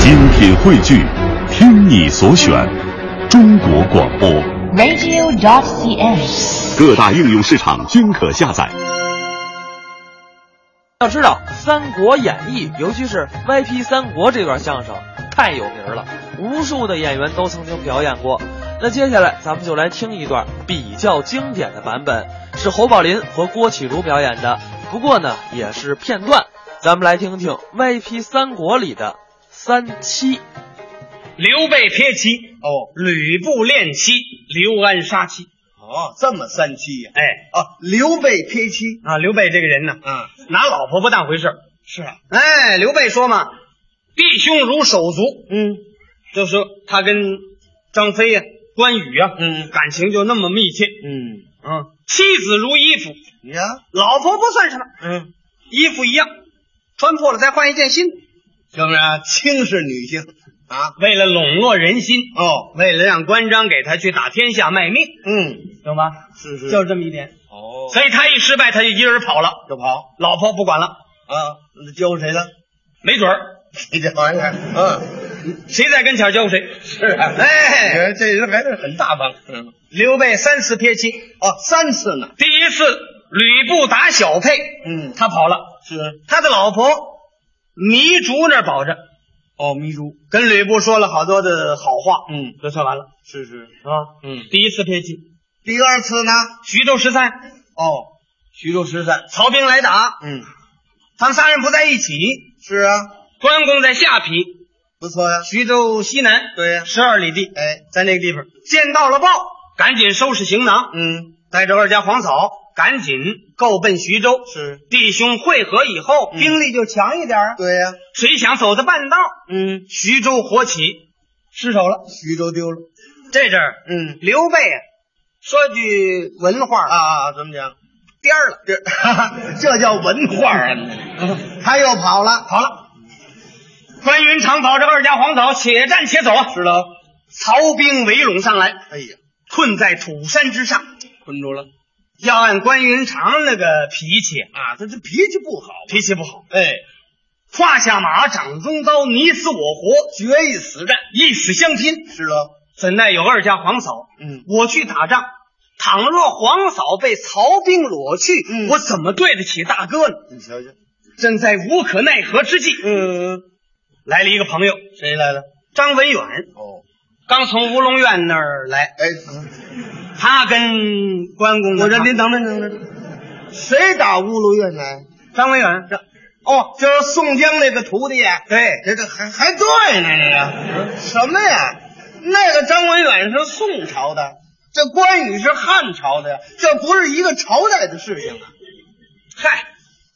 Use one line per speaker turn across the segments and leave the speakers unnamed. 精品汇聚，听你所选，中国广播。
radio.cn。
各大应用市场均可下载。
要知道，《三国演义》尤其是歪批三国这段相声太有名了，无数的演员都曾经表演过。那接下来咱们就来听一段比较经典的版本，是侯宝林和郭启儒表演的，不过呢也是片段。咱们来听听歪批三国里的三七。
刘备撇妻，哦，吕布恋妻，刘安杀妻。
哦，这么三七呀、
哎，
啊，刘备撇妻，
啊，刘备这个人呢，
嗯，
拿老婆不当回事儿
是啊，
哎，刘备说嘛，弟兄如手足，
嗯，
就说他跟张飞呀、关羽呀、
嗯
感情就那么密切。
嗯，
嗯，妻子如衣服，
你呀、
老婆不算什么，
嗯，
衣服一样，穿破了再换一件新。
是不是啊轻视女性啊？
为了笼络人心，
哦，
为了让关张给他去打天下卖命，
嗯，
懂吧？
是是
就这么一点。
哦，
所以他一失败，他就一人跑了，
就跑
老婆不管了，
啊？那交给谁了？
没准儿
你这玩意儿，嗯，
谁在跟前儿教谁。
是啊，
哎
你看这人还是很大方，嗯，
刘备三次撇妻，
哦，三次呢，
第一次吕布打小沛，
嗯
他跑了，
是，
他的老婆糜竺那儿保着，
哦，迷珠，
跟吕布说了好多的好话，
嗯，
这算完了
是是，
啊。
嗯，
第一次撇妻，
第二次呢？
徐州十三，
哦，徐州十三，
曹兵来打，
嗯，
他们仨人不在一起，
是啊，
关公在下邳，
不错呀、
徐州西南，
对呀
十二里地，
哎，
在那个地方见到了豹，赶紧收拾行囊，
嗯，
带着二家黄草，赶紧够奔徐州。
是，
弟兄会合以后，
嗯
兵力就强一点啊。
对呀、
谁想走到半道，
嗯。
徐州火起，失手了。
徐州丢了。
这阵儿，
嗯
刘备啊，说句文化，
啊啊，怎么讲？
颠儿了，
这这 叫文化啊！ 他又跑了，
跑了。关云长保着二家黄草，且战且走啊！
知道？
曹兵围拢上来，
哎呀，
困在土山之上。
困住了
要按关云长那个脾气，
啊！他这脾气不好，
脾气不好，
哎，
胯下马，掌中刀，你死我活，
决一死
实战一死相拼。
知道？
怎奈有二家黄嫂，
嗯
我去打仗，倘若黄嫂被曹兵裸去，
嗯
我怎么对得起大哥呢？
你瞧瞧，
正在无可奈何之际，
嗯，
来了一个朋友，
谁来了？
张文远，
哦，
刚从吴龙院那儿来。
哎，
他跟关公呢，
我说您等等等等，谁打乌龙院来？
张文远这
哦，就是宋江那个徒弟。
对
这这还还对呢，这个什么呀？那个张文远是宋朝的，这关羽是汉朝的呀，这不是一个朝代的事情啊！
嗨，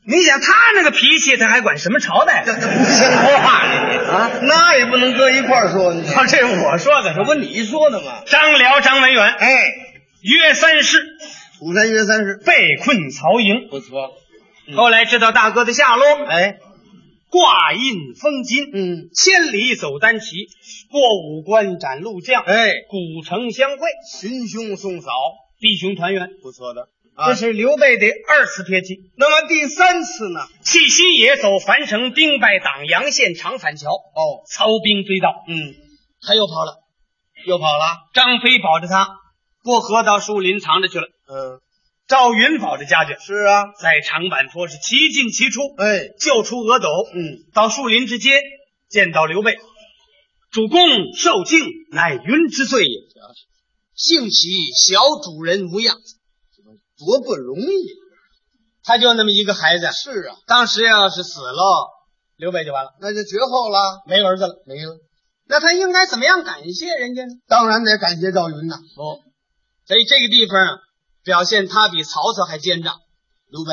你想他那个脾气，他还管什么朝代？
这这 不像话啊！那也不能搁一块儿说，你
啊这是我说的，
这不你说的吗？
张辽、张文远
哎，
约三师
土山约三十，
被困曹营，
不错。嗯
后来知道大哥的下落，
哎，
挂印封金，
嗯，
千里走单骑，过五关斩六将，
哎，
古城相会，
寻兄送嫂，
弟兄团圆。
不错的啊
这。是刘备的二次贴亲。
那么第三次呢？
弃新野走樊城，兵败党阳县长反桥，
哦，
曹兵追到，
嗯，
他又跑了。
又跑了。
张飞保着他，过河到树林藏着去了。
嗯，
赵云保着家眷，
是啊。
在长坂坡是齐进齐出，
哎，
救出额斗。
嗯，
到树林之间见到刘备，主公受敬，乃云之罪也。幸喜小主人模样，
多不容易。
啊他就那么一个孩子，
是啊，
当时要是死了，刘备就完了，
那就绝后了，
没儿子了。
没了。
那他应该怎么样感谢人家呢？
当然得感谢赵云呐。
哦，所以这个地方啊表现他比曹操还奸诈。
刘备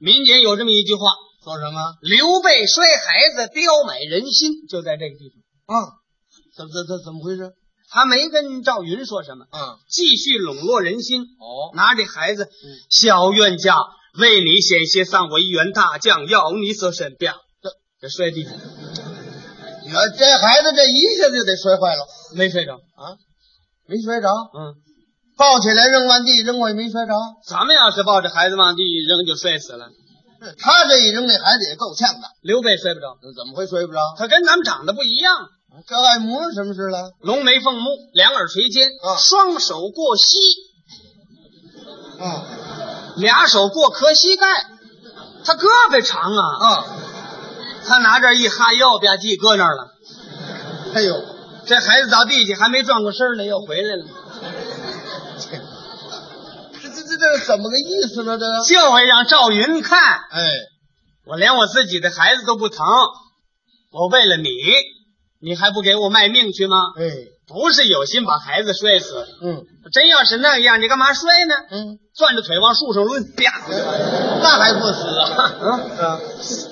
民间有这么一句话
说什么：“？
刘备摔孩子，刁买人心。”就在这个地方，
啊？怎怎怎怎么回事？
他没跟赵云说什么，
啊？
继续笼络人心。
哦，
拿这孩子，小冤家，为你险些丧我一员大将，要你所身边。这这摔地上
你
呃
看这孩子这一下就得摔坏了，
没摔着。
没摔着，
嗯，
抱起来扔完地扔过去没摔着，
咱们要是抱着孩子往地一扔，就摔死了。
他这一扔，那孩子也够呛的。
刘备睡不着，
怎么会睡不着？
他跟咱们长得不一样，
这爱磨什么事了？
龙眉凤目，两耳垂肩，
啊
双手过膝，
啊
俩手过磕膝盖，他胳膊长啊，
啊！
他拿这一哈腰吧唧搁那儿了。
哎呦，
这孩子到地去还没转过身呢，又回来了，
这这这这怎么个意思呢？这
就会让赵云看。
哎，
我连我自己的孩子都不疼，我为了你，你还不给我卖命去吗？
哎，
不是有心把孩子摔死，
嗯
真要是那样，你干嘛摔呢？
嗯，
攥着腿往树上抡，啪！
那还不死啊？
啊，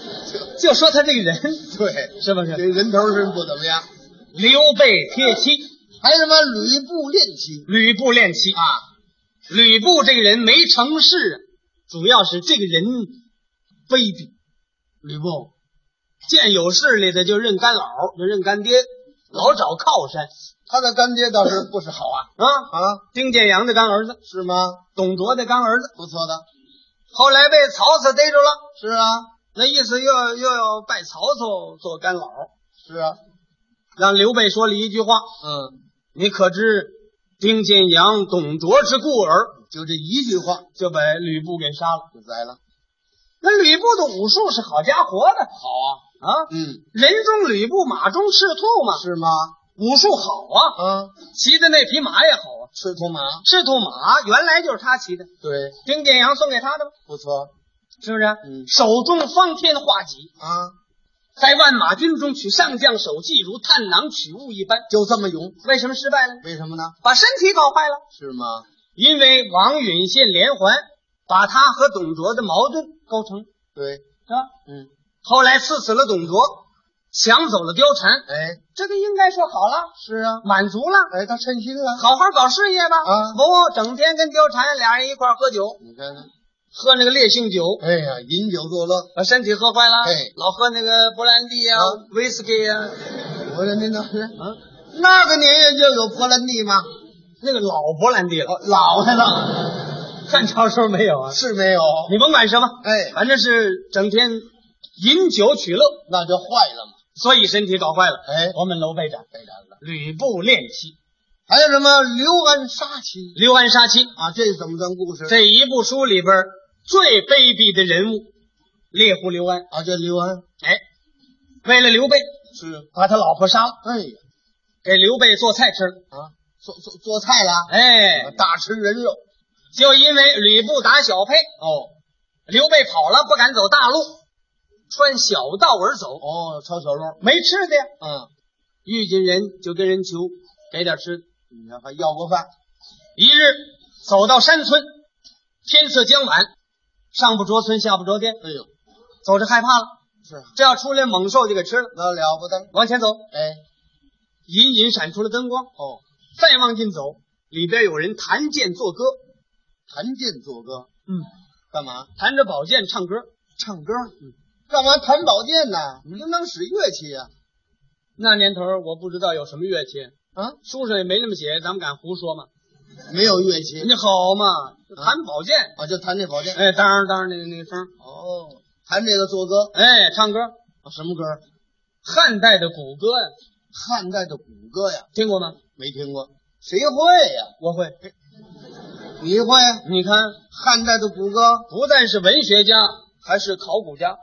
就说他这个人
对，
是不
这
是？
人头是不怎么样，
刘备贴妻，
还他妈吕布恋妻
吕布恋妻
啊！
吕布这个人没成事，主要是这个人卑鄙。吕布见有势力的就认干老，就认干爹，老找靠山
他的干爹倒是不少啊，
啊啊！丁建阳的干儿子，
是吗？
董卓的干儿子，
不错的，
后来被曹操逮住了，
是啊
那意思又又要拜曹操做干老，
是啊，
让刘备说了一句话：
嗯，
你可知丁建阳、董卓之故耳？
就这一句话
就把吕布给杀了。
就栽了。
那吕布的武术是好家伙的，好啊啊！
嗯，
人中吕布，马中赤兔嘛，
是吗？
武术好啊，
啊，
骑的那匹马也好啊。
赤兔马，
赤兔马原来就是他骑的，
对，
丁建阳送给他的嘛，
不错
是不是？
嗯
手中方天画戟，
啊，
在万马军中取上将首级，如探囊取物一般。
就这么勇，
为什么失败了？
为什么呢？
把身体搞坏了，
是吗？
因为王允献连环，把他和董卓的矛盾构成
对，
啊。
嗯，
后来刺死了董卓，抢走了貂蝉，
哎，
这个应该说好了，
是啊，
满足了。
哎，他称心了，
好好搞事业吧。
啊
不，整天跟貂蝉俩人一块儿喝酒，
你看看，
喝那个烈性酒，
哎呀，饮酒作乐，
把身体喝坏了。
哎
老喝那个勃兰地啊
啊、
威士忌啊，
我说您老师，那个年月就有勃兰地吗？
那个老勃兰地了，
老的了，
汉朝时候没有啊。
是没有，
你甭管什么，
哎
反正是整天饮酒取乐，
那就坏了嘛。
所以身体搞坏了。
哎，
我们楼备战，
被斩了。
吕布恋妻，
还有什么刘安杀妻
刘安杀妻，
啊？这怎么段故事？
这一部书里边最卑鄙的人物，猎户刘安。
啊，这刘安
哎，为了刘备，
是，
把他老婆杀了。
哎呀
给刘备做菜吃。
啊，做做做菜了，
哎，
大吃人肉
就因为吕布打小沛，
哦
刘备跑了，不敢走大路，穿小道而走，
哦，抄小路，
没吃的呀。
嗯，
遇见人就跟人求，给点吃的。
你看还要过饭，
一日走到山村，天色将晚，上不着村下不着店，
哎呦，
走着害怕了。
是啊
这要出来猛兽就给吃了。
那了不得，
往前走，
哎
隐隐闪出了灯光。
哦，
再往进走，里边有人弹剑作歌，
弹剑作歌，
嗯，
干嘛？
弹着宝剑唱歌。
唱歌，嗯，干嘛弹宝剑呢？应当使乐器呀，
那年头儿我不知道有什么乐器，
啊，
书上也没那么写，咱们敢胡说吗？
没有乐器
人家好嘛，弹宝剑，
啊，就弹这宝剑，
哎，当然当然那个那个声儿，
哦，弹这个作歌，
哎，唱歌，
啊什么歌？
汉代的古歌呀，
汉代的古歌呀，
听过吗？
没听过，谁会呀？
我会，
你会啊
你看，
汉代的古歌，
不但是文学家，还是考古家，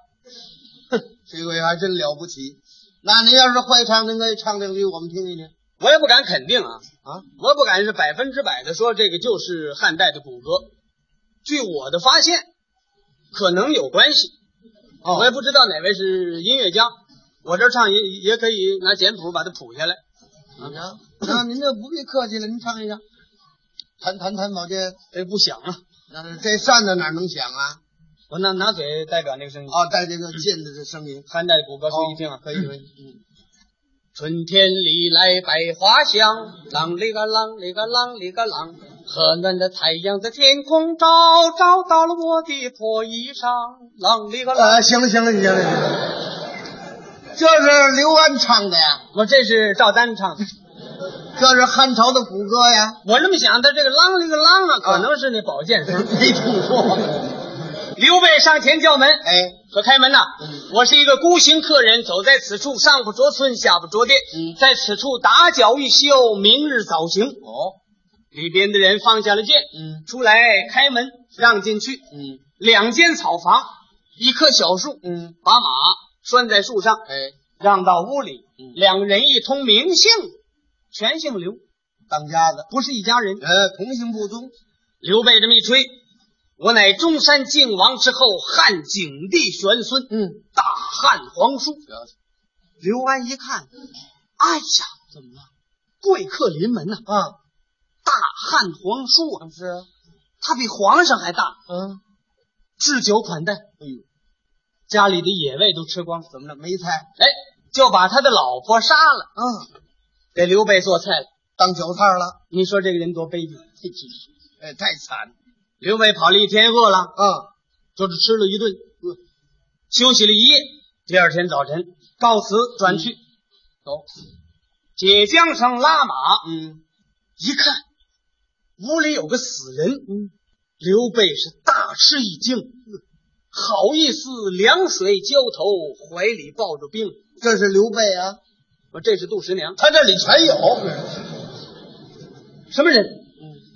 这位还真了不起。那您要是会唱，您可以唱两句，我们听一听
我也不敢肯定啊，
啊。
我也不敢是百分之百的说这个就是汉代的古歌，据我的发现，可能有关系，我也不知道哪位是音乐家，我这儿唱也也可以拿简谱把它谱下来。
你看，啊那您就不必客气了，您唱一唱。弹弹弹宝剑，
这不响啊！
那呃这扇子哪能响啊？
我哦拿拿嘴代表那个声音。
哦，带这个剑的这声音，
汉代的古歌书
哦
一听啊，
可以可以。嗯，
春天里来百花香，啷里个啷里个啷里个啷，和暖的太阳在天空照，照到了我的破衣裳，啷里个啷。
啊，行了行了行了行了，这是刘安唱的呀，
我这是赵丹唱的，
这是汉朝的古歌呀，
我这么想，他这个啷里个啷啊，可能是那宝剑声。
没听说过。
刘备上前叫门，
哎，
可开门呐、
嗯
我是一个孤行客人，走在此处，上不着村，下不着店，
嗯
在此处打搅一宿，明日早行。哦，里边的人放下了剑，
嗯
出来开门让进去，
嗯
两间草房，一棵小树，
嗯，
把马拴在树上，
哎，
让到屋里，
嗯
两个人一通名姓，全姓刘，
当家的，
不是一家人。
呃，同行不忠，
刘备这么一吹，我乃中山靖王之后汉景帝玄孙，
嗯，
大汉皇叔。
刘安一看
哎呀，怎么了？贵客临门呐、
啊，
大汉皇叔啊，
是啊，
他比皇上还大，
嗯，
置酒款待。哎呦，家里的野味都吃光了，怎么了？
没菜，
哎，就把他的老婆杀了，
嗯，
给刘备做菜了。
当酒菜了，
你说这个人多卑鄙！嘿真是
哎，太惨了，
刘备跑了一天，饿了，
啊，
就是吃了一顿，饿休息了一夜。第二天早晨，告辞转去，
嗯
走。解缰绳拉马，
嗯，
一看屋里有个死人，嗯，刘备是大吃一惊，嗯好意思凉水浇头，怀里抱着冰。
这是刘备啊，
我这是杜十娘，
他这里全有，嗯
什么人？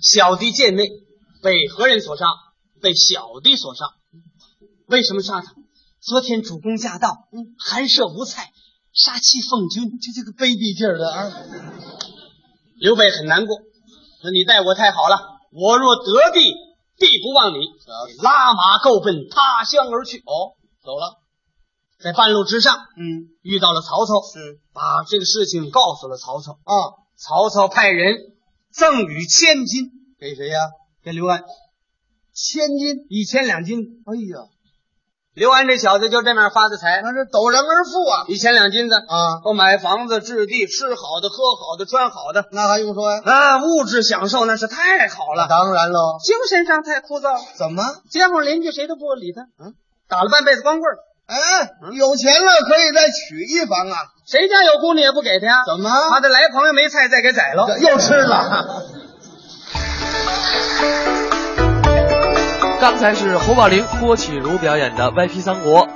小弟贱内，被何人所杀？被小弟所杀。为什么杀他？昨天主公驾到，嗯，寒舍无菜，杀妻奉君，
这这个卑鄙劲儿的啊，
刘备很难过，说你待我太好了，我若得地，必不忘你。拉马够奔他乡而去。哦，走了，在半路之上
嗯
遇到了曹操，
是
把这个事情告诉了曹操。
啊，
曹操派人赠与千金
给谁呀？
给刘安，
千金，
一千两金。
哎呀，
刘安这小子就这样发的财，
那是陡然而富啊，
一千两金子，
啊，
我买房子、置地、吃好的、喝好的、穿好的，
那还用说呀？
啊，物质享受那是太好了，
当然喽，
精神上太枯燥了。
啊怎么？
街坊邻居谁都不理他，嗯，打了半辈子光棍儿，
哎，有钱了可以再娶一房啊？
谁家有姑娘也不给他呀，
怎么？
怕他来朋友没菜再给宰了。
又吃了？
刚才是侯宝林、郭启儒表演的《歪批三国》。